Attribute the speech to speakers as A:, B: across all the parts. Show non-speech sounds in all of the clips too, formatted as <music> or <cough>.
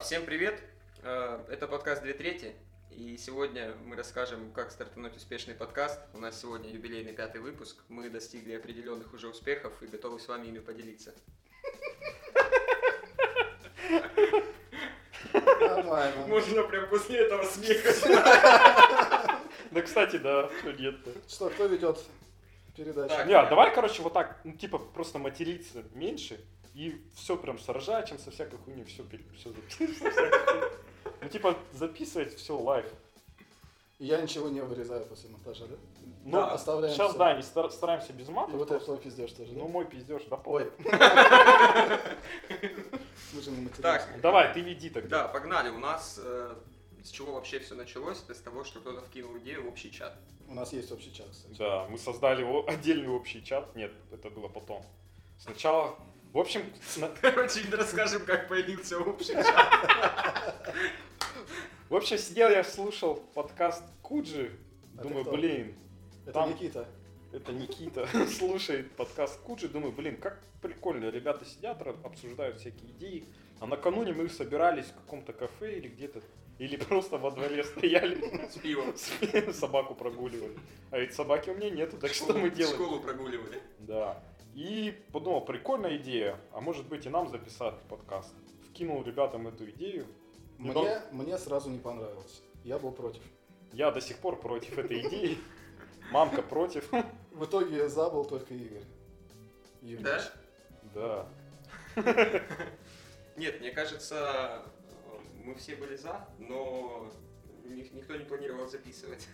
A: Всем привет! Э, Это подкаст «Две трети», и сегодня мы расскажем, как стартануть успешный подкаст. У нас сегодня юбилейный пятый выпуск, мы достигли определенных уже успехов и готовы с вами ими поделиться.
B: Нормально.
A: Можно прям после этого смеха.
C: Да, кстати, да, что нет-то.
B: Что, кто ведет передачу?
A: Так.
C: Не, а давай, короче, вот так, ну, типа, просто материться меньше, и все прям с ржачем, со всякой хуйней, все, все <laughs> Ну, типа, записывать все лайф.
B: Я ничего не вырезаю после монтажа, да?
C: Ну,
A: Да,
B: оставляем
C: сейчас,
B: всё.
C: да, не стар- стараемся без
B: И
C: мата.
B: вот это
C: просто.
B: твой пиздеж тоже, да?
C: Ну, мой пиздеж, да,
B: <laughs>
C: похуй.
B: Ой. Мы же не материмся.
A: Так.
C: Ну, Давай, ты веди тогда.
A: Да, погнали. У нас э, с чего вообще все началось? Это с того, что кто-то вкинул идею в общий чат.
B: У нас есть общий чат, кстати.
C: Да, мы создали о- отдельный общий чат. Нет, это было потом. Сначала, в общем, сна-
A: Короче, расскажем, как появился общий чат.
C: в общем, сидел я, слушал подкаст Куджи.
B: Это
C: Думаю,
B: А кто?
C: блин,
B: Это
C: Там-
B: Никита.
C: это Никита <laughs> слушает подкаст Куджи, думаю, блин, как прикольно, ребята сидят, ра- обсуждают всякие идеи, а накануне мы собирались в каком-то кафе или где-то, или <laughs> просто во дворе стояли, <laughs>
A: С пивом.
C: с- собаку прогуливали. А ведь собаки у меня нету, так что мы делаем?
A: Школу прогуливали.
C: Да. И подумал, прикольная идея, а может быть и нам записать подкаст. Вкинул ребятам эту идею. Не
B: Мне, мне сразу не понравилось. Я был против.
C: Я до сих пор против этой идеи. Мамка против.
B: В итоге забыл только Игорь. Юрьевич.
A: Да?
C: Да.
A: Нет, мне кажется, э, мы все были за, но ни- никто не планировал записывать.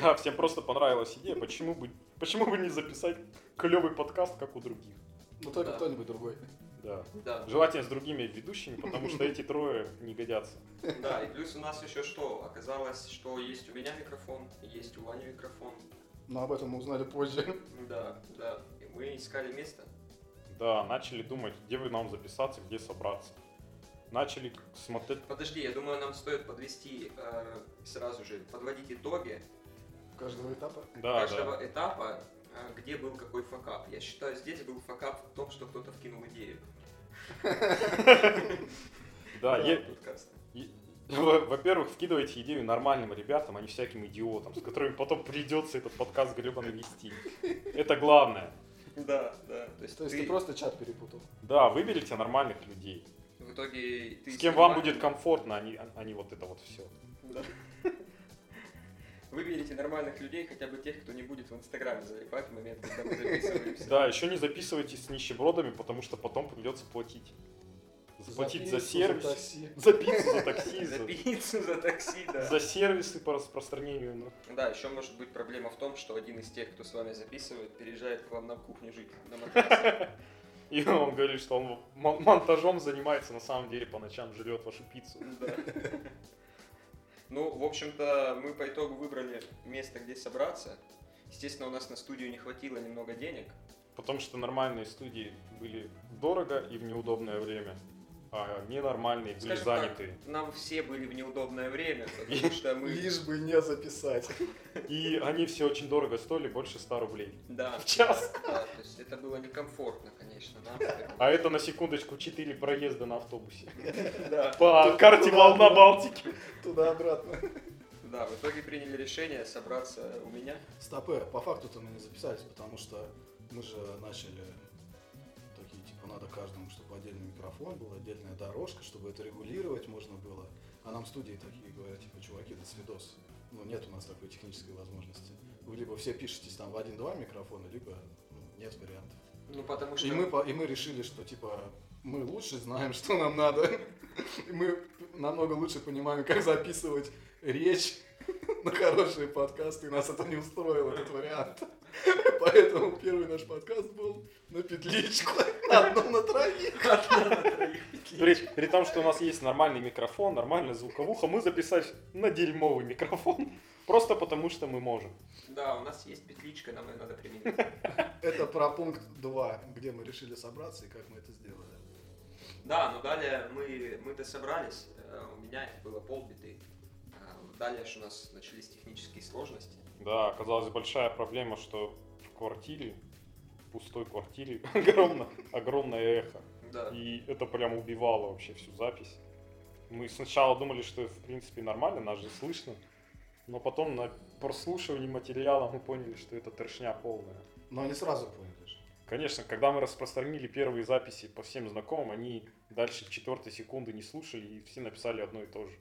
C: Да, всем просто понравилась идея. Почему бы, почему бы не записать клевый подкаст, как у других?
B: Но Ну, только
A: Да.
B: кто-нибудь другой.
C: Да.
A: Да,
C: Желательно с другими ведущими, потому что эти трое не годятся.
A: да, и плюс у нас еще что? Оказалось, что есть у меня микрофон, есть у Вани микрофон.
B: Но об этом мы узнали позже. <laughs>
A: Да, да. И мы искали место.
C: Да, начали думать, где бы нам записаться, где собраться. Начали смотреть.
A: Подожди, я думаю, нам стоит подвести э, сразу же, подводить итоги
B: Каждого этапа.
C: А, Да,
A: каждого
C: да.
A: этапа, э, где был какой факап. Я считаю, здесь был факап в том, что кто-то вкинул идею.
C: Да, е-
A: подкаста.
C: е- во- Во-первых, вкидывайте идею нормальным ребятам, а не всяким идиотам, с которыми потом придется этот подкаст гребаный вести. Это главное.
A: Да, да. То есть,
B: То есть ты
A: ты-
B: просто чат перепутал.
C: Да, выберите нормальных людей.
A: в итоге ты
C: С кем вам
A: снимаешь-
C: будет комфортно, а не- а не вот это вот все.
A: Выберите нормальных людей, хотя бы тех, кто не будет в Инстаграме залипать в момент, когда
C: <laughs>
A: мы записываемся.
C: Да, еще не записывайтесь с нищебродами, потому что потом придется платить. Заплатить за
B: пиццу,
C: сервис,
B: За
C: за,
B: такси.
C: пиццу, за такси,
A: За
C: за,
A: пиццу, за такси, да.
C: за сервисы по распространению. ну.
A: Да, еще может быть проблема в том, что один из тех, кто с вами записывает, переезжает к вам на кухню жить, на
B: <laughs>
A: матрасе.
C: И он говорит, что он мон- монтажом занимается, на самом деле по ночам жрет вашу пиццу.
A: Да. Ну, в общем-то, мы по итогу выбрали место, где собраться. Естественно, у нас на студию не хватило немного денег.
C: Потому что нормальные студии были дорого и в неудобное время, а ненормальные были
A: Скажем так,
C: заняты.
A: Нам все были в неудобное время, потому что мы...
B: Лишь бы не записать.
C: И они все очень дорого стоили, больше 100 рублей
A: <laughs> Да,
C: в час.
A: да, то есть это было некомфортно, конечно, нам.
B: <laughs>
C: А это на секундочку 4 проезда на автобусе.
A: Да.
C: По карте волна Балтики.
B: Туда-обратно.
A: Да, в итоге приняли решение собраться у меня.
B: Стопы, а по факту-то мы не записались, потому что мы же начали такие, типа, надо каждому, чтобы отдельный микрофон был, отдельная дорожка, чтобы это регулировать можно было. А нам студии такие говорят, типа, чуваки, до свидос. Ну, нет у нас такой технической возможности. Вы либо все пишетесь там в один-два микрофона, либо ну, нет вариантов.
A: Ну, потому что...
B: И мы, по- и мы решили, что, типа, мы лучше знаем, <laughs> что нам надо. И мы намного лучше понимаем, как записывать речь <laughs> на хорошие подкасты. И нас это не устроило, этот вариант. <laughs> Поэтому первый наш подкаст был на петличку. <laughs> На одном на троих.
C: При, при том, что у нас есть нормальный микрофон, нормальная звуковуха, мы записались на дерьмовый микрофон. <laughs> Просто потому, что мы можем.
A: Да, у нас есть петличка, нам ее надо применить.
B: Это про пункт 2, где мы решили собраться и как мы это сделали.
A: Да, но далее мы, мы то собрались, э, у меня их было полбиты. Э, Далее же у нас начались технические сложности.
C: Да, оказалась большая проблема, что в квартире, в пустой квартире, <laughs> огромно, огромное эхо.
A: Да.
C: И это прям убивало вообще всю запись. Мы сначала думали, что в принципе нормально, нас же слышно. Но потом на прослушивании материала мы поняли, что это трешня полная.
B: Но они сразу поняли. же.
C: Конечно, когда мы распространили первые записи по всем знакомым, они дальше четвертой секунды не слушали и все написали одно и то же.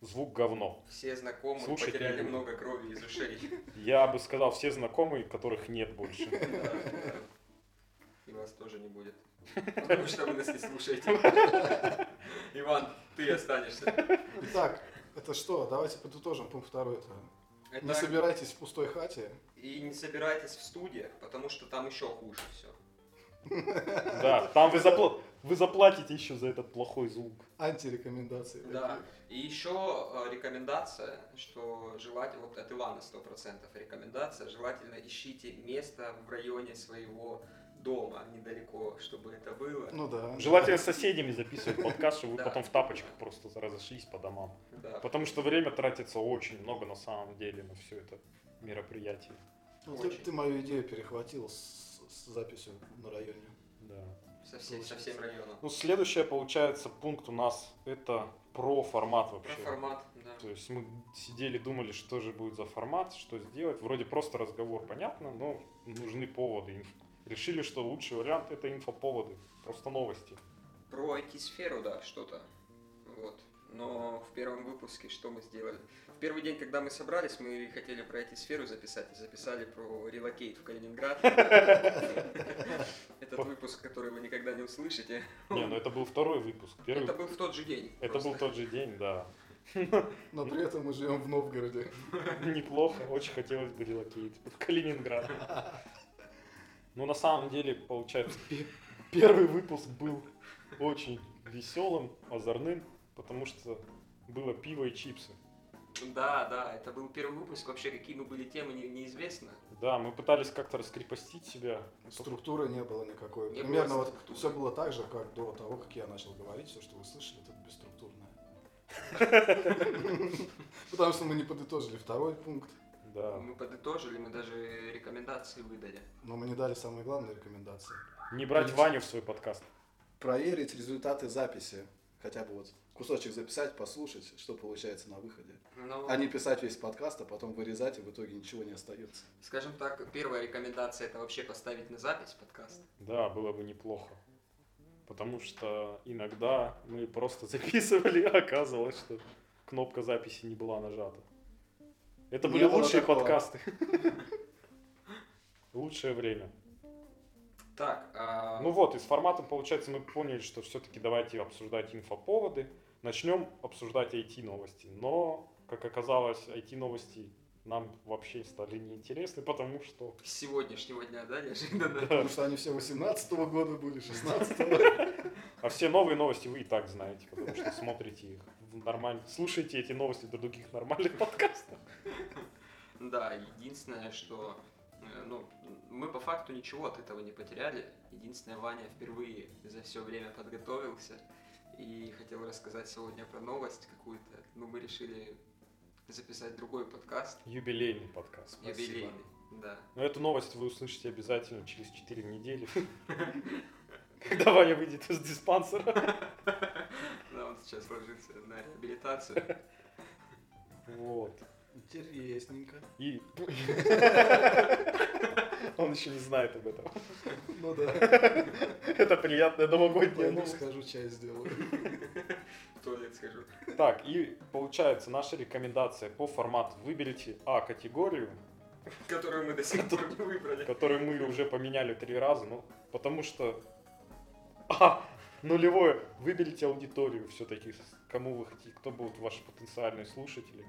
C: Звук говно.
A: Все знакомые
C: Слушать не
A: потеряли
C: буду.
A: много крови из ушей.
C: <laughs> Я бы сказал, все знакомые, которых нет больше.
A: И вас тоже не будет. Потому что вы нас не слушаете. Иван, ты останешься.
B: Итак, это что? Давайте подытожим пункт второй. Это. Не
A: Итак,
B: собирайтесь в пустой хате.
A: И не собирайтесь в студиях, потому что там еще хуже все.
C: Да, там вы, запла- вы заплатите еще за этот плохой звук.
B: Антирекомендации.
A: Да. И еще э, рекомендация, что желательно, вот от Ивана 100% рекомендация, желательно ищите место в районе своего дома, недалеко, чтобы это было.
B: Ну да.
C: Желательно с соседями записывать подкаст, чтобы вы
A: Да.
C: потом в тапочках просто разошлись по домам.
A: Да.
C: Потому что время тратится очень много на самом деле на все это мероприятие.
B: Ну, ты,
A: очень.
B: ты мою идею перехватил с, с записью на районе.
C: Да.
A: Со, всей- со всем районом.
C: Ну, следующее, получается, пункт у нас это про формат
A: Про
C: вообще.
A: формат, да.
C: То есть мы сидели, думали, что же будет за формат, что сделать. Вроде просто разговор, понятно, но нужны поводы. инф- Решили, что лучший вариант это инфоповоды, просто новости.
A: Про IT-сферу, да, что-то. Вот. Но в первом выпуске что мы сделали? В первый день, когда мы собрались, мы хотели про IT-сферу записать, и записали про релокейт в
C: <laughs>
A: Калининград. Этот выпуск, который вы никогда не услышите.
C: Не, ну это был второй выпуск. Первый...
A: Это был в тот же день.
C: это
A: просто.
C: был тот же день, да.
B: Но при этом мы живем в Новгороде.
C: Неплохо, очень хотелось бы релокейт в Калининград. Ну, на самом деле, получается, пе- первый выпуск был очень веселым, озорным, потому что было пиво и чипсы.
A: <laughs> Да, да, это был первый выпуск. Вообще, какие мы были темы, не- неизвестно.
C: Да, мы пытались как-то раскрепостить себя.
B: Структуры не было никакой.
A: Ну, Не было
B: Примерно вот
A: структуры.
B: все было так же, как до того, как я начал говорить. Все, что вы слышали, это
A: <laughs>
B: бесструктурное. Потому что мы не подытожили второй пункт,
C: Да.
A: Мы подытожили, мы даже рекомендации выдали.
B: но мы не дали самые главные рекомендации.
C: Не брать
B: Конечно.
C: Ваню в свой подкаст.
B: Проверить результаты записи. Хотя бы вот кусочек записать, послушать, что получается на выходе.
A: Но,
B: А не писать весь подкаст, а потом вырезать, и в итоге ничего не остается.
A: скажем так, первая рекомендация это вообще поставить на запись подкаст.
C: Да, было бы неплохо. Потому что иногда мы просто <laughs> записывали, а оказывалось, что кнопка записи не была нажата. Это
B: Не
C: были
B: было
C: лучшие
B: такого.
C: подкасты. <laughs> Лучшее время.
A: Так, а,
C: Ну вот, и с форматом, получается, мы поняли, что все-таки давайте обсуждать инфоповоды. Начнем обсуждать IT-новости. Но, как оказалось, IT-новости нам вообще стали неинтересны, потому что
A: с сегодняшнего дня, да, <laughs> неожиданно.
B: Потому что они все 18 года были, 16
C: А все новые новости вы и так знаете, потому что смотрите их в нормаль- Слушайте эти новости до других нормальных подкастов.
A: Да, единственное, что э, ну, мы по факту ничего от этого не потеряли. Единственное, Ваня впервые за все время подготовился и хотел рассказать сегодня про новость какую-то. Но мы решили записать другой подкаст,
C: Юбилейный подкаст.
B: Спасибо.
A: юбилейный. Да.
C: Но эту новость вы услышите обязательно через 4 недели, <laughs> когда Ваня выйдет из диспансера.
A: Да, он сейчас ложится на реабилитацию.
C: Вот.
B: Интересненько.
C: И... <laughs> Он еще не знает об этом.
B: Ну да.
C: Это приятная новогодняя
B: Пойду
C: новость.
B: скажу, чай <laughs> сделаю.
A: В туалет схожу.
C: Так, и получается наша рекомендация по формату. Выберите А А-категорию,
A: Которую мы до сих пор не выбрали.
C: который мы уже поменяли три раза, ну, потому что... <laughs> А, нулевое, выберите аудиторию все-таки, кому вы хотите, кто будут ваши потенциальные слушатели.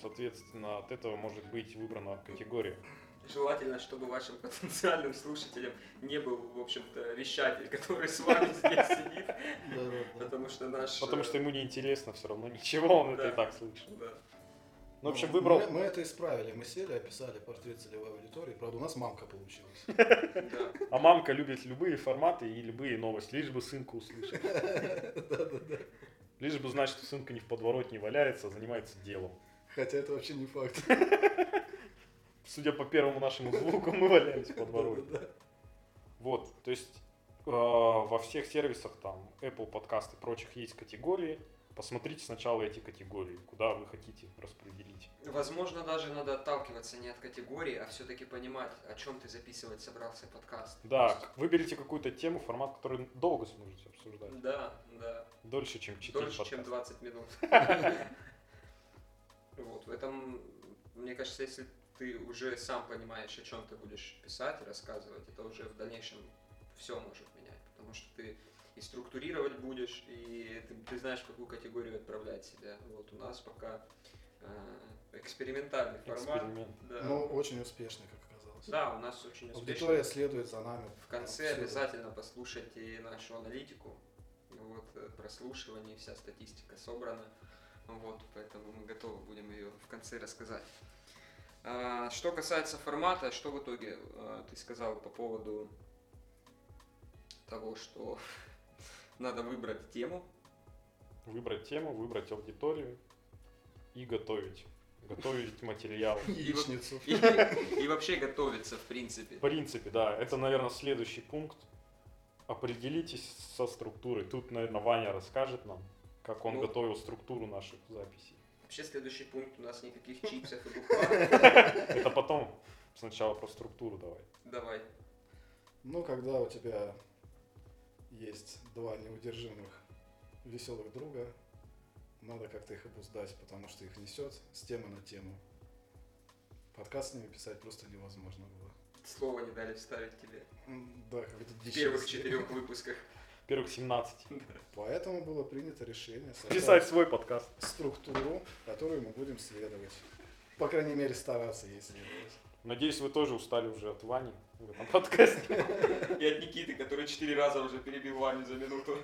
C: Соответственно, от этого может быть выбрана категория.
A: Желательно, чтобы вашим потенциальным слушателем не был, в общем-то, вещатель, который с вами здесь сидит.
C: <laughs>
B: Да, да, да.
A: Потому что наш...
C: Потому
A: э,
C: что ему неинтересно все равно ничего, он это
A: Да.
C: и так слышит.
A: да.
C: Ну, в общем,
B: Ну,
C: выбрал...
B: Мы, мы это исправили. Мы сели, описали портрет целевой аудитории. Правда, у нас мамка получилась.
A: Да.
C: А мамка любит любые форматы и любые новости, лишь бы сынку услышать. Лишь бы знать, что сынка не в подворотне валяется, а занимается делом.
B: Хотя это вообще не факт.
C: Судя по первому нашему звуку, мы валялись в подворотне.
B: Да, да, да.
C: Вот, то есть э, во всех сервисах, там, Apple подкасты и прочих есть категории. посмотрите сначала эти категории, куда вы хотите распределить.
A: Возможно, даже надо отталкиваться не от категории, а все-таки понимать, о чем ты записывать собрался подкаст.
C: Да,
A: То есть-
C: к- выберите какую-то тему, формат, который долго сможете обсуждать.
A: Да, да.
C: Дольше, чем 4
A: Дольше, чем 20
C: <laughs>
A: минут. Вот, в этом, мне кажется, если ты уже сам понимаешь, о чем ты будешь писать и рассказывать, это уже в дальнейшем все может менять, потому что ты и структурировать будешь, и ты, ты знаешь, в какую категорию отправлять себя. Вот у нас пока э, экспериментальный формат.
C: Эксперимент.
A: Да.
B: Но очень успешный, как оказалось.
A: Да, у нас очень успешно.
B: Аудитория следует за нами.
A: В конце
B: Всегда.
A: обязательно послушайте нашу аналитику. Вот, э, прослушивание, вся статистика собрана. Вот, поэтому мы готовы будем ее в конце рассказать. А, Что касается формата, что в итоге э, ты сказал по поводу того, что <laughs> надо выбрать тему.
C: Выбрать тему, выбрать аудиторию и готовить. Готовить материал.
B: Яичницу.
A: И, <laughs> и вообще готовиться, в принципе.
C: В принципе, да, это, наверное, следующий пункт. Определитесь со структурой. Тут, наверное, Ваня расскажет нам, как он
A: Ну.
C: готовил структуру наших записей.
A: Вообще следующий пункт у нас никаких чипсов и бухла.
C: Это потом. Сначала про структуру давай.
A: Давай.
B: Ну, когда у тебя есть два неудержимых веселых друга, надо как-то их обуздать, потому что их несет с темы на тему. Подкаст с ними писать просто невозможно было.
A: Слово не дали вставить тебе.
B: М, Да, как это
A: В
B: дичь.
A: первых четырех выпусках.
C: Первых 17.
B: Поэтому было принято решение
C: Писать
B: создать
C: свой подкаст.
B: структуру, которую мы будем следовать. По крайней мере, стараться ей следовать.
C: Надеюсь, вы тоже устали уже от Вани в этом подкасте.
A: И от Никиты, который четыре раза уже перебил Ваню за минуту.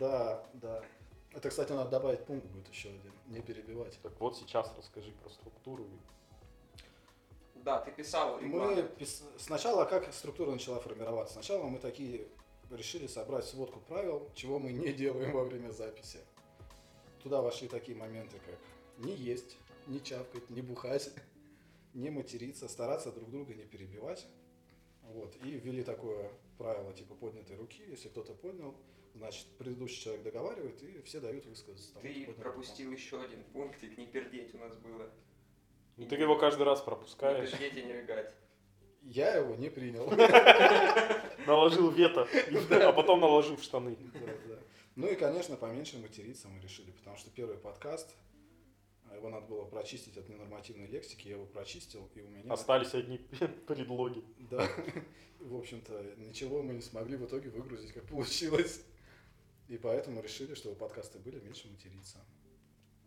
B: Да, да. Это, кстати, надо добавить пункт будет еще один. Не перебивать.
C: Так вот, сейчас расскажи про структуру.
A: Да, ты писал
B: Мы
A: регламент.
B: пис- сначала как структура начала формироваться? Сначала мы такие решили собрать сводку правил, чего мы не делаем во время записи. Туда вошли такие моменты, как не есть, не чавкать, не бухать, <laughs> не материться, стараться друг друга не перебивать. Вот. И ввели такое правило типа поднятой руки. Если кто-то поднял, значит предыдущий человек договаривает, и все дают высказаться. типа, тому, кто
A: Ты
B: поднял руку.
A: пропустил еще один пунктик, не пердеть у нас было.
C: Ну, ты его каждый раз
A: Не
C: пропускаешь.
A: пердеть и не рыгать.
B: Я его не принял.
A: <laughs>
C: Наложил вето, а потом наложил в штаны.
B: Да, да. Ну и, конечно, поменьше материться мы решили, потому что первый подкаст, а, его надо было прочистить от ненормативной лексики, я его прочистил, и у меня...
C: Остались одни <laughs> предлоги.
B: <laughs> Да, <laughs> в общем-то, ничего мы не смогли в итоге выгрузить, как получилось. И поэтому решили, чтобы подкасты были, меньше материться.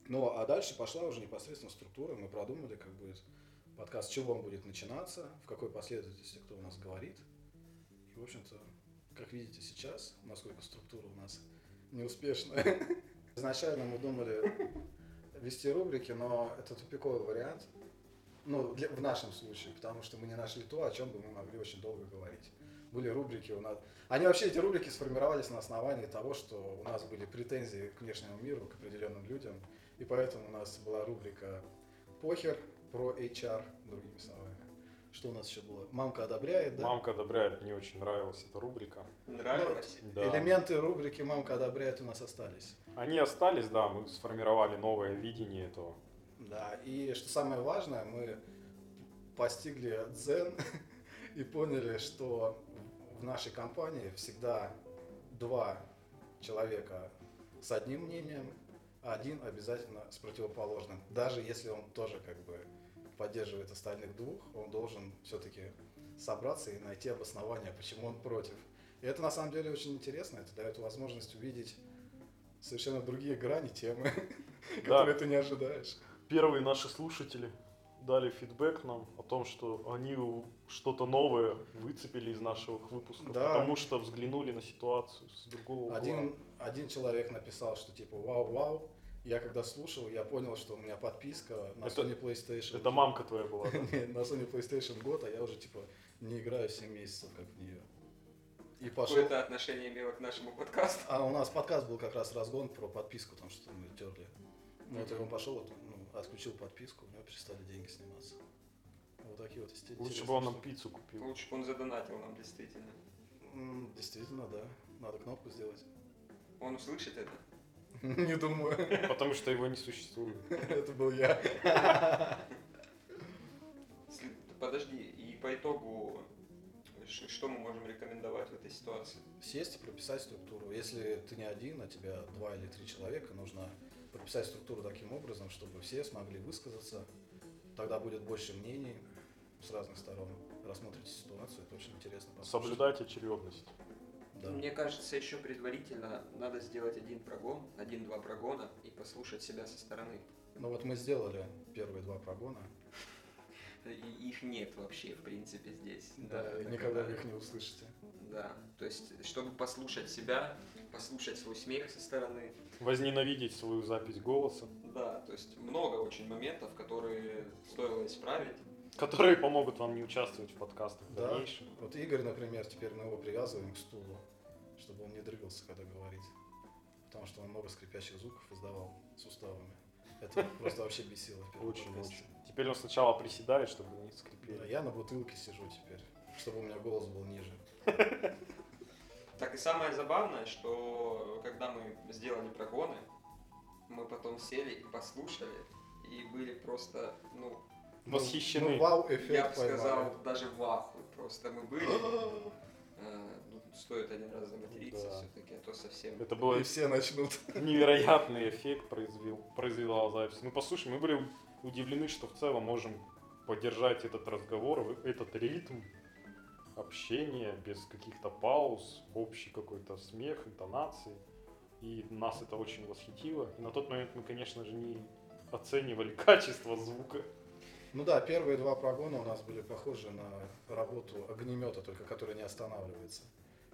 B: Ну, а дальше пошла уже непосредственно структура, мы продумали, как будет подкаст, с чего он будет начинаться, в какой последовательности кто у нас говорит. И, в общем-то, как видите сейчас, насколько структура у нас неуспешная. <laughs> Изначально мы думали вести рубрики, но это тупиковый вариант. Ну, для- в нашем случае, потому что мы не нашли то, о чем бы мы могли очень долго говорить. Были рубрики у нас. Они вообще, эти рубрики сформировались на основании того, что у нас были претензии к внешнему миру, к определенным людям. И поэтому у нас была рубрика «Похер» про HR, другими словами. Что у нас еще было? «Мамка одобряет», да?
C: Мамка одобряет, мне очень нравилась эта рубрика.
A: Нравилось?
B: Ну,
C: Да.
B: Элементы рубрики «Мамка одобряет» у нас остались.
C: Они остались, да, мы сформировали новое видение этого.
B: Да, и что самое важное, мы постигли дзен <laughs> и поняли, что в нашей компании всегда два человека с одним мнением, а один обязательно с противоположным. Даже если он тоже как бы поддерживает остальных двух, он должен все-таки собраться и найти обоснование, почему он против. И это на самом деле очень интересно, это дает возможность увидеть совершенно другие грани темы, <laughs> которые ты не ожидаешь.
C: Первые наши слушатели дали фидбэк нам о том, что они у- что-то новое выцепили из наших выпусков,
B: Да.
C: потому что взглянули на ситуацию с другого угла.
B: Один, один человек написал, что типа вау-вау. Я когда слушал, я понял, что у меня подписка на
C: Это-
B: Sony PlayStation.
C: Это мамка твоя была, да?
B: Не, <laughs> на Sony PlayStation год, а я уже типа не играю 7 месяцев как в нее. И пошел.
A: Какое-то отношение имело к нашему подкасту.
B: А у нас подкаст был как раз разгон про подписку, там что мы терли. Вот и он пошел, вот, ну, отключил подписку, у него перестали деньги сниматься. Вот такие вот исти-
C: Лучше
B: интересные
C: бы он нам
B: штуки.
C: пиццу купил.
A: Лучше бы он задонатил нам, действительно.
B: М, Действительно, да. Надо кнопку сделать. <laughs>
A: Он услышит это?
B: Не думаю. <laughs>
C: Потому что его не существует.
B: Это был я.
A: Сли- Подожди, и по итогу, ш- что мы можем рекомендовать в этой ситуации?
B: Сесть и прописать структуру. Если ты не один, а тебя два или три человека, нужно прописать структуру таким образом, чтобы все смогли высказаться. Тогда будет больше мнений с разных сторон. Рассмотрите ситуацию, это очень интересно. послушать.
C: Соблюдать очередность.
B: Да.
A: Мне кажется, еще предварительно надо сделать один прогон, один-два прогона и послушать себя со стороны.
B: Ну вот мы сделали первые два прогона.
A: И их нет вообще, в принципе, здесь.
B: и
A: так
B: Э, никогда
A: и
B: их
A: надо.
B: не услышите.
A: Да, то есть, чтобы послушать себя, послушать свой смех со стороны,
C: Возненавидеть свою запись голоса,
A: Да, то есть много очень моментов, которые стоило исправить.
C: которые помогут вам не участвовать в подкастах в
B: Да.
C: дальнейшем.
B: Вот Игорь, например, теперь мы его привязываем к стулу, чтобы он не дрыгался, когда говорит. Потому что он много скрипящих звуков издавал суставами. Это просто вообще бесило в первом
C: Очень,
B: подкасте.
C: очень. Теперь он сначала приседает, чтобы не скрипели.
B: Да, Я на бутылке сижу теперь, чтобы у меня голос был ниже.
A: Так и самое забавное, что когда мы сделали прогоны, мы потом сели и послушали, и были просто, ну,
C: Восхищены.
B: Ну, вау,
A: я бы
B: эффект поймали.
A: сказал, даже в ахуе просто мы были.
B: <gasps>
A: Э, ну, стоит один раз заматериться
C: Да.
A: все-таки, а то совсем...
C: Это было
B: И все начнут.
C: невероятный эффект произвел, произвела запись. Ну, послушай, мы были удивлены, что в целом можем поддержать этот разговор, этот ритм общения без каких-то пауз, общий какой-то смех, интонации. И нас это очень восхитило. И на тот момент мы, конечно же, не оценивали <laughs> качество звука.
B: Ну да, первые два прогона у нас были похожи на работу огнемета, только который не останавливается.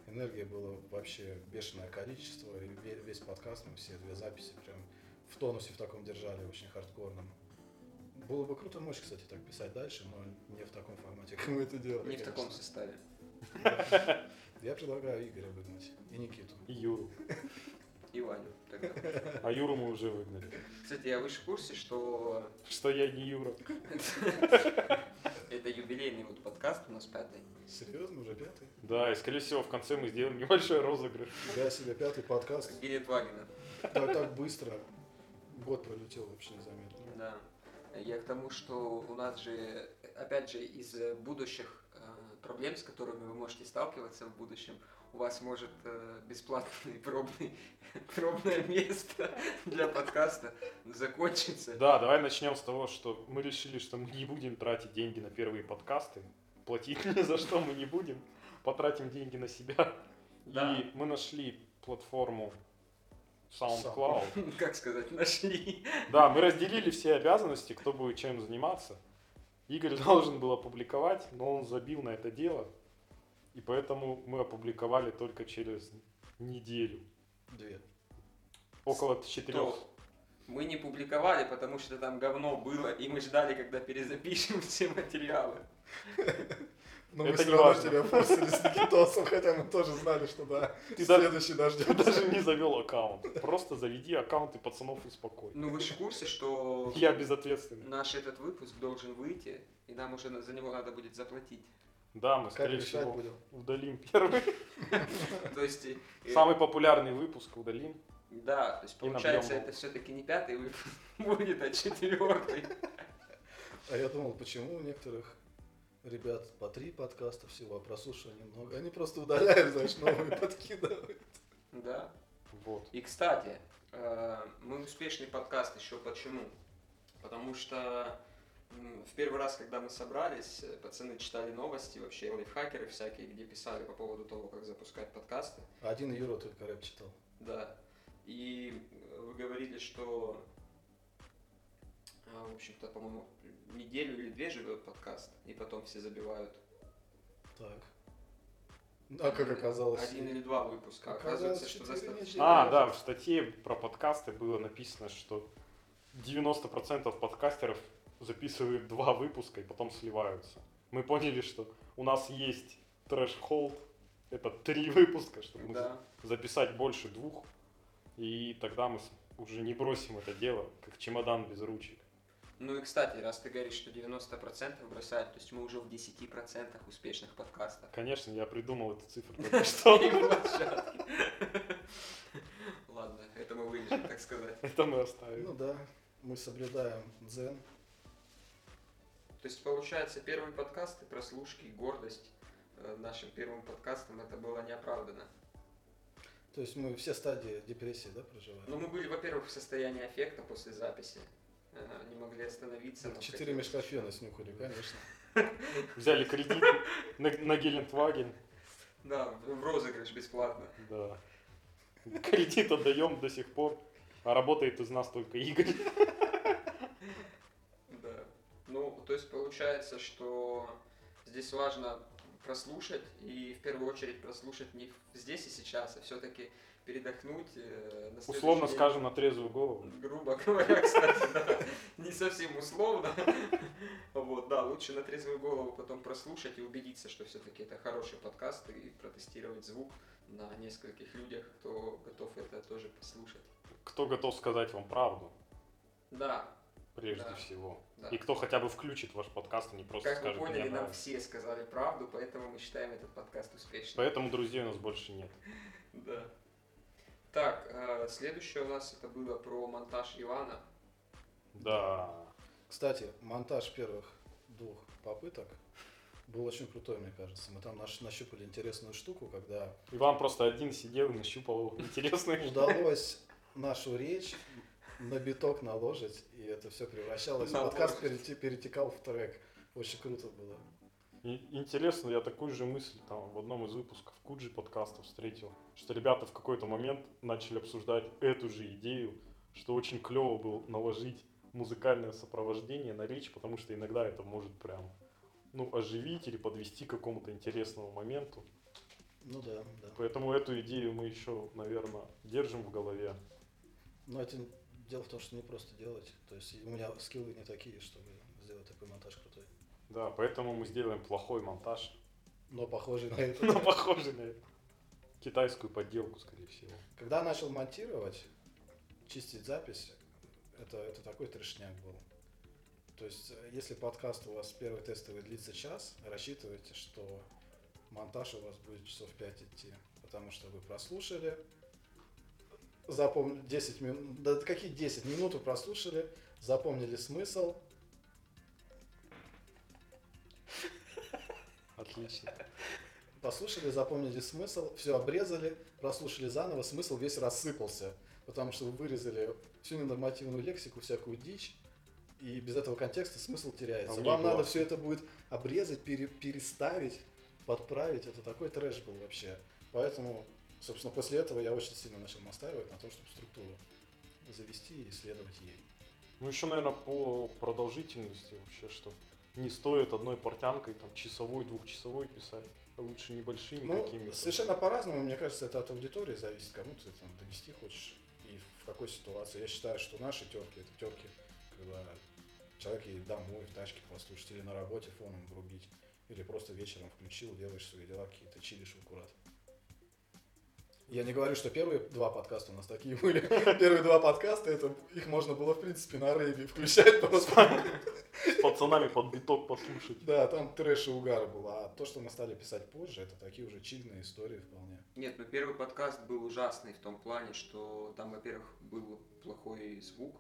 B: Энергии было вообще бешеное количество, и ве- весь подкаст, мы все две записи прям в тонусе в таком держали, очень хардкорном. Было бы круто мощь, кстати, так писать дальше, но не в таком формате, <laughs> как мы это делали.
A: Не в таком
B: конечно.
A: составе.
B: Я предлагаю Игоря выгнать. И Никиту.
C: И Юру.
A: И Ваню тогда.
C: А Юру мы уже выгнали.
A: Кстати, я выше в курсе, что
C: Что я не Юра.
A: это юбилейный вот подкаст у нас пятый.
B: Серьезно, уже пятый?
C: Да, и скорее всего в конце мы сделаем небольшой <laughs> розыгрыш.
B: Я себе пятый подкаст.
A: Билет Вагина.
B: Так, так быстро. Год пролетел вообще незаметно.
A: Да. Я к тому, что у нас же, опять же, из э, будущих э, проблем, с которыми вы можете сталкиваться в будущем, у вас может э, бесплатное <laughs> пробный, пробное место для подкаста закончиться.
C: Да, давай начнем с того, что мы решили, что мы не будем тратить деньги на первые подкасты. Платить ни за что мы не будем. Потратим деньги на себя.
A: Да.
C: И мы нашли платформу SoundCloud.
A: Как сказать, нашли.
C: Да, мы разделили все обязанности, кто будет чем заниматься. Игорь <laughs> должен был опубликовать, но он забил на это дело. И поэтому мы опубликовали только через неделю.
B: Две.
C: Около четырех. <laughs>
A: Стоп. Мы не публиковали, потому что там говно было, и мы ждали, когда перезапишем все материалы.
B: Но
C: Это
B: Ну, мы все
C: не
B: равно
C: важно.
B: тебя форсили с Никитосом, хотя мы тоже знали, что да,
C: Ты
B: следующий
C: Ты
B: дождемся.
C: даже не завел аккаунт. Просто заведи аккаунт и пацанов успокой.
A: Ну вы же в курсе, что
C: Я безответственный.
A: наш этот выпуск должен выйти, и нам уже на- за него надо будет
C: <laughs>
A: заплатить.
C: Да, мы,
B: Как
C: скорее
B: решать
C: всего,
B: будем?
C: удалим первый.
A: То есть... э,
C: Самый популярный выпуск удалим.
A: Да, то есть
C: И набьем
A: получается
C: новых.
A: это все-таки не пятый выпуск <laughs> будет, а четвертый.
B: А я думал, почему у некоторых ребят по три подкаста всего, а прослушивания много. Они просто удаляют, знаешь, новые подкидывают.
A: Да.
C: Вот.
A: И кстати, э, мы успешный подкаст еще почему? Потому что м, в первый раз, когда мы собрались, э, пацаны читали новости, вообще лайфхакеры всякие, где писали по поводу того, как запускать подкасты.
B: Один Юра только рэп читал.
A: Да. И э, вы говорили, что, э, в общем-то, по-моему, неделю или две живет подкаст, и потом все забивают.
B: Так. А как оказалось?
A: Один или два выпуска. А
B: Оказалось,
A: Оказывается, что
B: четыре
A: достаточно.
B: недели.
C: А, да, в статье про подкасты было написано, что 90% подкастеров записывают два выпуска и потом сливаются. Мы поняли, что у нас есть трэш-холд. Это три <laughs> выпуска, чтобы
A: Да.
C: записать больше двух. И тогда мы с- уже не бросим это дело, как чемодан без ручек.
A: Ну и, кстати, раз ты говоришь, что 90% бросают, то есть мы уже в 10% успешных подкастов.
C: Конечно, <laughs> я придумал эту цифру только что.
A: И площадки. <laughs> Ладно, это мы вырежем, так сказать.
C: Это мы оставим.
B: Ну да, мы соблюдаем дзен.
A: То есть, получается, первые подкасты, прослушки, гордость э, нашим первым подкастом это было неоправданно.
B: То есть мы все стадии депрессии, да, проживаем?
A: Но Ну, мы были, во-первых, в состоянии аффекта после записи. Э, Не могли остановиться. нам
B: Четыре
A: хотелось-
B: мешка фена снюхали, конечно.
C: Взяли кредит на, на Гелендваген.
A: Да, в в розыгрыш бесплатно.
C: Да. Кредит отдаем до сих пор. А работает из нас только Игорь.
A: Да. Ну, то есть получается, что здесь важно прослушать и в первую очередь прослушать не в- здесь и сейчас, а все-таки передохнуть. э, на следующий
C: Условно
A: день.
C: скажем на трезвую голову.
A: Грубо говоря, <laughs> кстати, да. Не совсем условно. Вот, да, лучше на трезвую голову потом прослушать и убедиться, что все-таки это хороший подкаст и протестировать звук на нескольких людях, кто готов это тоже послушать.
C: Кто готов сказать вам правду,
A: Да,
C: прежде
A: Да.
C: всего.
A: да.
C: И кто хотя бы включит ваш подкаст, а не просто
A: Как вы
C: скажет
A: поняли,
C: «Мне
A: нам
C: нравится».
A: все сказали правду, поэтому мы считаем этот подкаст успешным.
C: Поэтому друзей у нас больше нет.
A: Да. Так, э, следующее у нас это было про монтаж Ивана.
C: Да.
B: Кстати, монтаж первых двух попыток был очень крутой, мне кажется. Мы там наш- нащупали интересную штуку, когда
C: Иван просто один сидел и нащупал интересные
B: удалось нашу речь на биток наложить, и это все превращалось. в
A: Наложить.
B: Подкаст перете- перетекал в трек. Очень круто было.
C: И- Интересно, я такую же мысль там в одном из выпусков Куджи подкаста встретил, что ребята в какой-то момент начали обсуждать эту же идею, что очень клево было наложить музыкальное сопровождение на речь, потому что иногда это может прям ну, оживить или подвести к какому-то интересному моменту.
B: Ну да, да.
C: Поэтому эту идею мы еще, наверное, держим в голове.
B: Но это дело в том, что не просто делать. То есть у меня скиллы не такие, чтобы сделать такой монтаж крутой.
C: Да, поэтому мы сделаем плохой монтаж, <laughs>
B: Но похожий на это.
C: но похожий на китайскую подделку, скорее всего.
B: Когда начал монтировать, чистить запись, это, это такой трешняк был. То есть, э, если подкаст у вас первый тестовый длится час, рассчитывайте, что монтаж у вас будет часов 5 идти, потому что вы прослушали, запомнили 10 минут, да какие 10 минут вы прослушали, запомнили смысл,
C: Отлично.
B: послушали, запомнили смысл, все обрезали, прослушали заново, смысл весь рассыпался, потому что вы вырезали всю ненормативную лексику, всякую дичь, и без этого контекста смысл
C: А
B: теряется.
C: мне
B: Вам надо
C: классно.
B: все это будет обрезать, пере- переставить, подправить. Это такой трэш был вообще. Поэтому, собственно, после этого я очень сильно начал настаивать на том, чтобы структуру завести и следовать ей.
C: Ну еще, наверное, по продолжительности вообще, что не стоит одной портянкой, там, часовой, двухчасовой писать. А Лучше небольшими
B: Ну,
C: какими-то.
B: совершенно по-разному, мне кажется, это от аудитории зависит, кому ты там донести хочешь и в какой ситуации. Я считаю, что наши терки это терки, когда человек едет домой, в тачке послушать, или на работе фоном грубить, или просто вечером включил, делаешь свои дела какие-то, чилишь в аккурат. Я не говорю, что первые два подкаста у нас такие <laughs> были. Первые два подкаста, это их можно было, в принципе, на рейве включать <laughs> просто.
C: С <laughs> пацанами под биток послушать.
B: Да, там трэш и угар был. А то, что мы стали писать позже, это такие уже чильные истории вполне.
A: Нет, ну первый подкаст был ужасный в том плане, что там, во-первых, был плохой звук.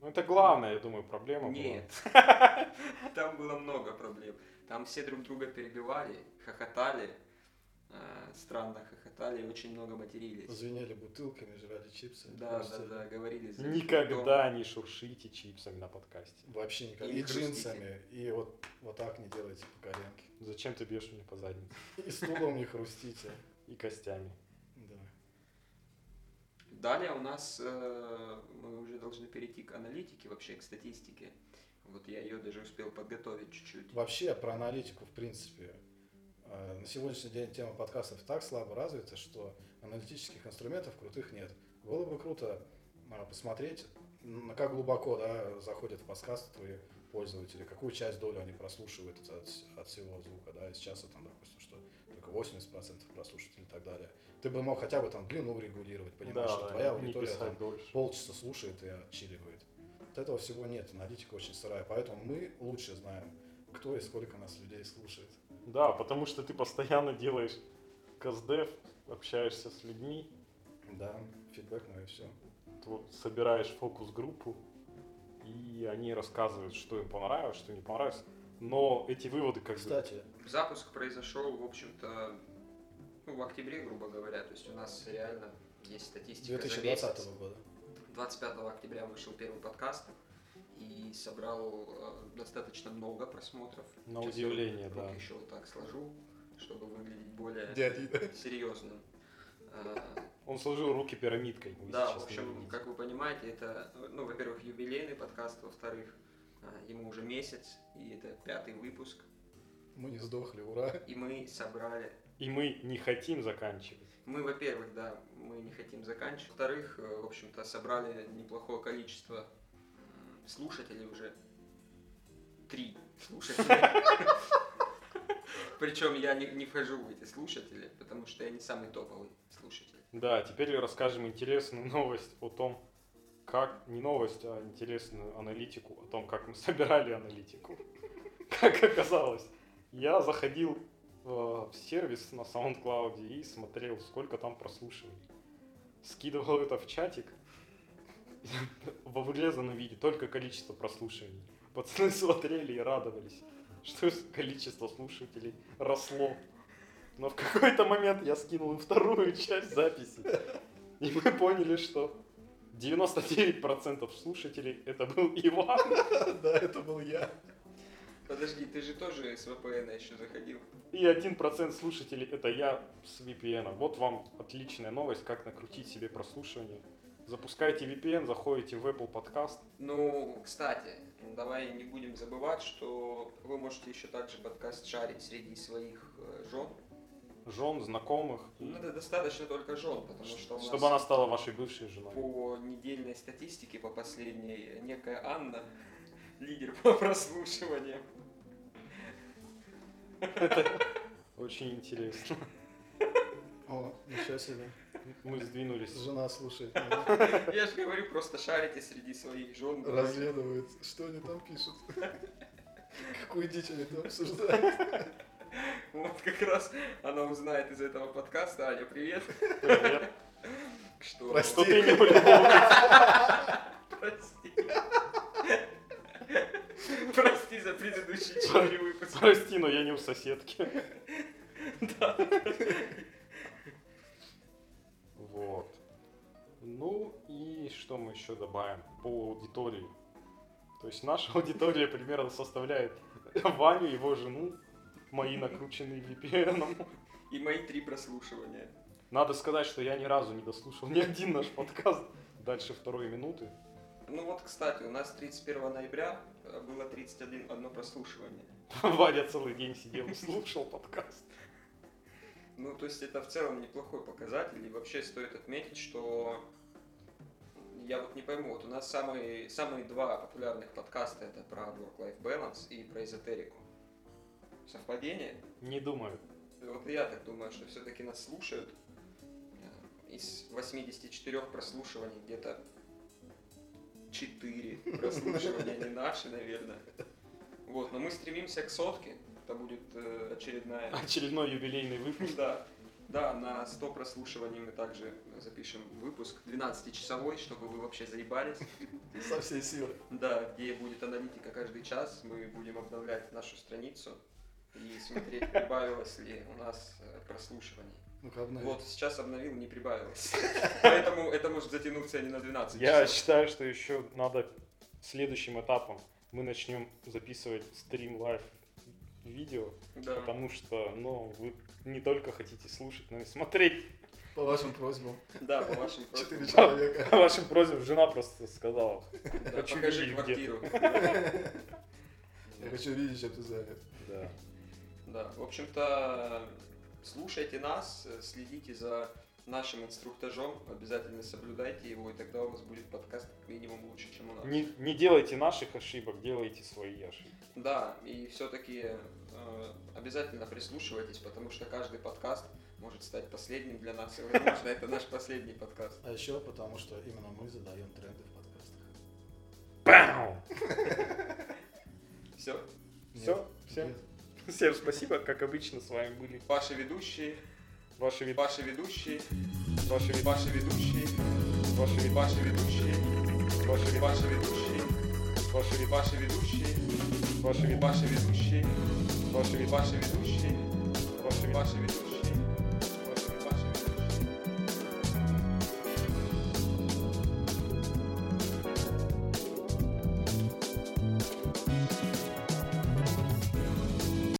C: Ну это главная, я думаю, проблема
A: Нет, <laughs> там было много проблем. Там все друг друга перебивали, хохотали, э, странно хохотали и очень много матерились.
B: Звенели бутылками, жрали чипсы.
A: Да, да,
B: хрустели.
A: да, говорили. за
C: была.
A: дом.
C: Никогда не шуршите чипсами на подкасте.
B: Вообще никак.
A: И
B: И,
A: хрустите.
B: джинсами. И вот, вот так не делайте по коленке.
C: Зачем ты бьешь меня по заднице?
B: И стулом не хрустите.
C: И костями.
B: Да.
A: Далее у нас э, мы уже должны перейти к аналитике, вообще к статистике. Вот я ее даже успел подготовить чуть-чуть.
B: Вообще про аналитику, в принципе, э, на сегодняшний день тема подкастов так слабо развита, что аналитических инструментов крутых нет. Было бы круто э, посмотреть, м, как глубоко да, заходят в подкаст твои пользователи, какую часть долю они прослушивают от, вс- от всего звука, да, из часа там, допустим, что только 80% прослушивают и так далее. Ты бы мог хотя бы там длину регулировать, понимаешь,
C: Да,
B: что
C: да,
B: твоя
C: не
B: аудитория там,
C: писать дольше.
B: полчаса слушает и отчиливает. Вот этого всего нет, аналитика очень сырая, поэтому мы лучше знаем, кто и сколько нас людей слушает.
C: Да, потому что ты постоянно делаешь каздев, общаешься с людьми,
B: Да, фидбэк, ну и все.
C: вот собираешь фокус-группу, и они рассказывают, что им понравилось, что не понравилось. Но эти выводы как бы...
B: Кстати,
A: Запуск произошел, в общем-то, ну, в октябре, грубо говоря. То есть у нас реально есть статистика за месяц.
B: 2020 года.
A: 25 октября вышел первый подкаст и собрал э, достаточно много просмотров.
C: На
A: Сейчас
C: удивление,
A: я руки
C: да.
A: еще вот так сложу, чтобы выглядеть более
B: Дядя,
A: серьезным. Э,
C: Он сложил руки пирамидкой. вы
A: Да,
C: сейчас
A: в
C: не
A: общем,
C: видите.
A: как вы понимаете, это, ну, во-первых, юбилейный подкаст, во-вторых, э, ему уже месяц, и это пятый выпуск.
B: Мы не сдохли, ура. <laughs>
A: И мы собрали
C: И мы не хотим заканчивать.
A: Мы, во-первых, да, мы не хотим заканчивать. Во-вторых, э, в общем-то, собрали неплохое количество м, слушателей уже. Три слушателя. Причем я не, не вхожу в эти слушатели, потому что я не самый топовый слушатель.
C: Да, теперь расскажем интересную <laughs> новость о том, как... Не новость, а интересную аналитику. О том, как мы собирали аналитику. <laughs> Как оказалось. Я заходил э, в сервис на SoundCloud и смотрел, сколько там прослушиваний. Скидывал это в чатик <laughs> в вырезанном виде, только количество прослушиваний. Пацаны <laughs> смотрели и радовались, что с- количество слушателей росло. Но в какой-то момент я скинул им вторую часть записи. И мы поняли, что 99% слушателей это был Иван.
B: Да, это был я.
A: Подожди, ты же тоже с VPN еще заходил?
C: И 1% слушателей это я с VPN. Вот вам отличная новость, как накрутить себе прослушивание. Запускайте VPN, заходите в Apple Podcast.
A: Ну, кстати, давай не будем забывать, что вы можете еще также подкаст шарить среди своих э, жен.
C: Жен, знакомых.
A: Ну, это достаточно только жен, потому что у нас...
C: Чтобы она стала вашей бывшей женой.
A: По недельной статистике, по последней, некая Анна, <laughs> лидер по прослушиваниям.
C: Очень интересно.
B: О, ничего себе.
C: Мы сдвинулись.
B: Жена слушает <laughs> меня,
A: Я же говорю, просто шарите среди своих жен.
B: разглядывает, что они там пишут. <laughs> Какую дичь они там обсуждают.
A: Вот как раз она узнает из этого подкаста. Аня, привет.
C: Привет.
A: Что?
B: Прости.
C: Что ты не полюбовник?
A: Прости. Прости за предыдущие четыре выпуска.
C: Прости, но я не у соседки. Вот. Ну и что мы еще добавим по аудитории? То есть наша аудитория примерно составляет Ваню, его жену, мои накрученные VPN.
A: И мои три прослушивания.
C: Надо сказать, что я ни разу не дослушал ни один наш подкаст дальше второй минуты.
A: Ну вот, кстати, у нас 31 ноября э, было 31 одно прослушивание.
C: Ваня целый день сидел и слушал подкаст.
A: Ну, то есть это в целом неплохой показатель, и вообще стоит отметить, что я вот не пойму, вот у нас самые, самые два популярных подкаста это про Work-Life Balance и про эзотерику. Совпадение?
C: Не думаю.
A: Вот я так думаю, что все-таки нас слушают. Э, Из 84 прослушиваний где-то 4 прослушивания не наши, наверное. Вот, но мы стремимся к сотке. Это будет э, очередная
C: Очередной юбилейный выпуск.
A: да, да, на 100 прослушиваний мы также запишем выпуск 12-часовой, чтобы вы вообще заебались.
B: Со всей силы.
A: Да, где будет аналитика каждый час, мы будем обновлять нашу страницу и смотреть, прибавилось ли у нас э, прослушиваний.
B: Ну-ка, обнови.
A: Вот, сейчас обновил, не
C: <laughs>
A: прибавилось. Поэтому это может затянуться а не на 12
C: Я
A: часов.
C: считаю, что еще надо следующим этапом мы начнем записывать стрим лайв видео,
A: Да.
C: потому что, ну, вы не только хотите слушать, но и смотреть. <laughs>
B: По вашим просьбам.
A: Да, по вашим просьбам.
B: Четыре человека.
C: По вашим просьбам жена просто сказала.
A: Да,
C: Хочу
A: Покажи
C: видеть
A: квартиру. <laughs>
B: Я хочу видеть, чем ты занят.
C: Да.
A: Да, в общем-то, слушайте нас, э, следите за нашим инструктажом, обязательно соблюдайте его, и тогда у вас будет подкаст как минимум лучше, чем у нас.
C: Не, не делайте наших ошибок, делайте свои ошибки.
A: Да, и все-таки обязательно прислушивайтесь, потому что каждый подкаст может стать последним для нас, и, возможно, это наш последний подкаст.
B: А еще потому, что именно мы задаем тренды в подкастах.
C: Бам!
A: Все,
C: Все, всем,
B: Нет.
C: всем спасибо, как обычно с вами были
A: ваши ведущие,
C: ваши, вид-
A: ваши ведущие,
C: ваши вид-
A: ваши ведущие.
C: Ваши, ваши ведущие. Ваши, ваши ведущие. Ваши, ваши ведущие. Ваши, ваши ведущие. Ваши, ваши ведущие. Ваши, ваши ведущие.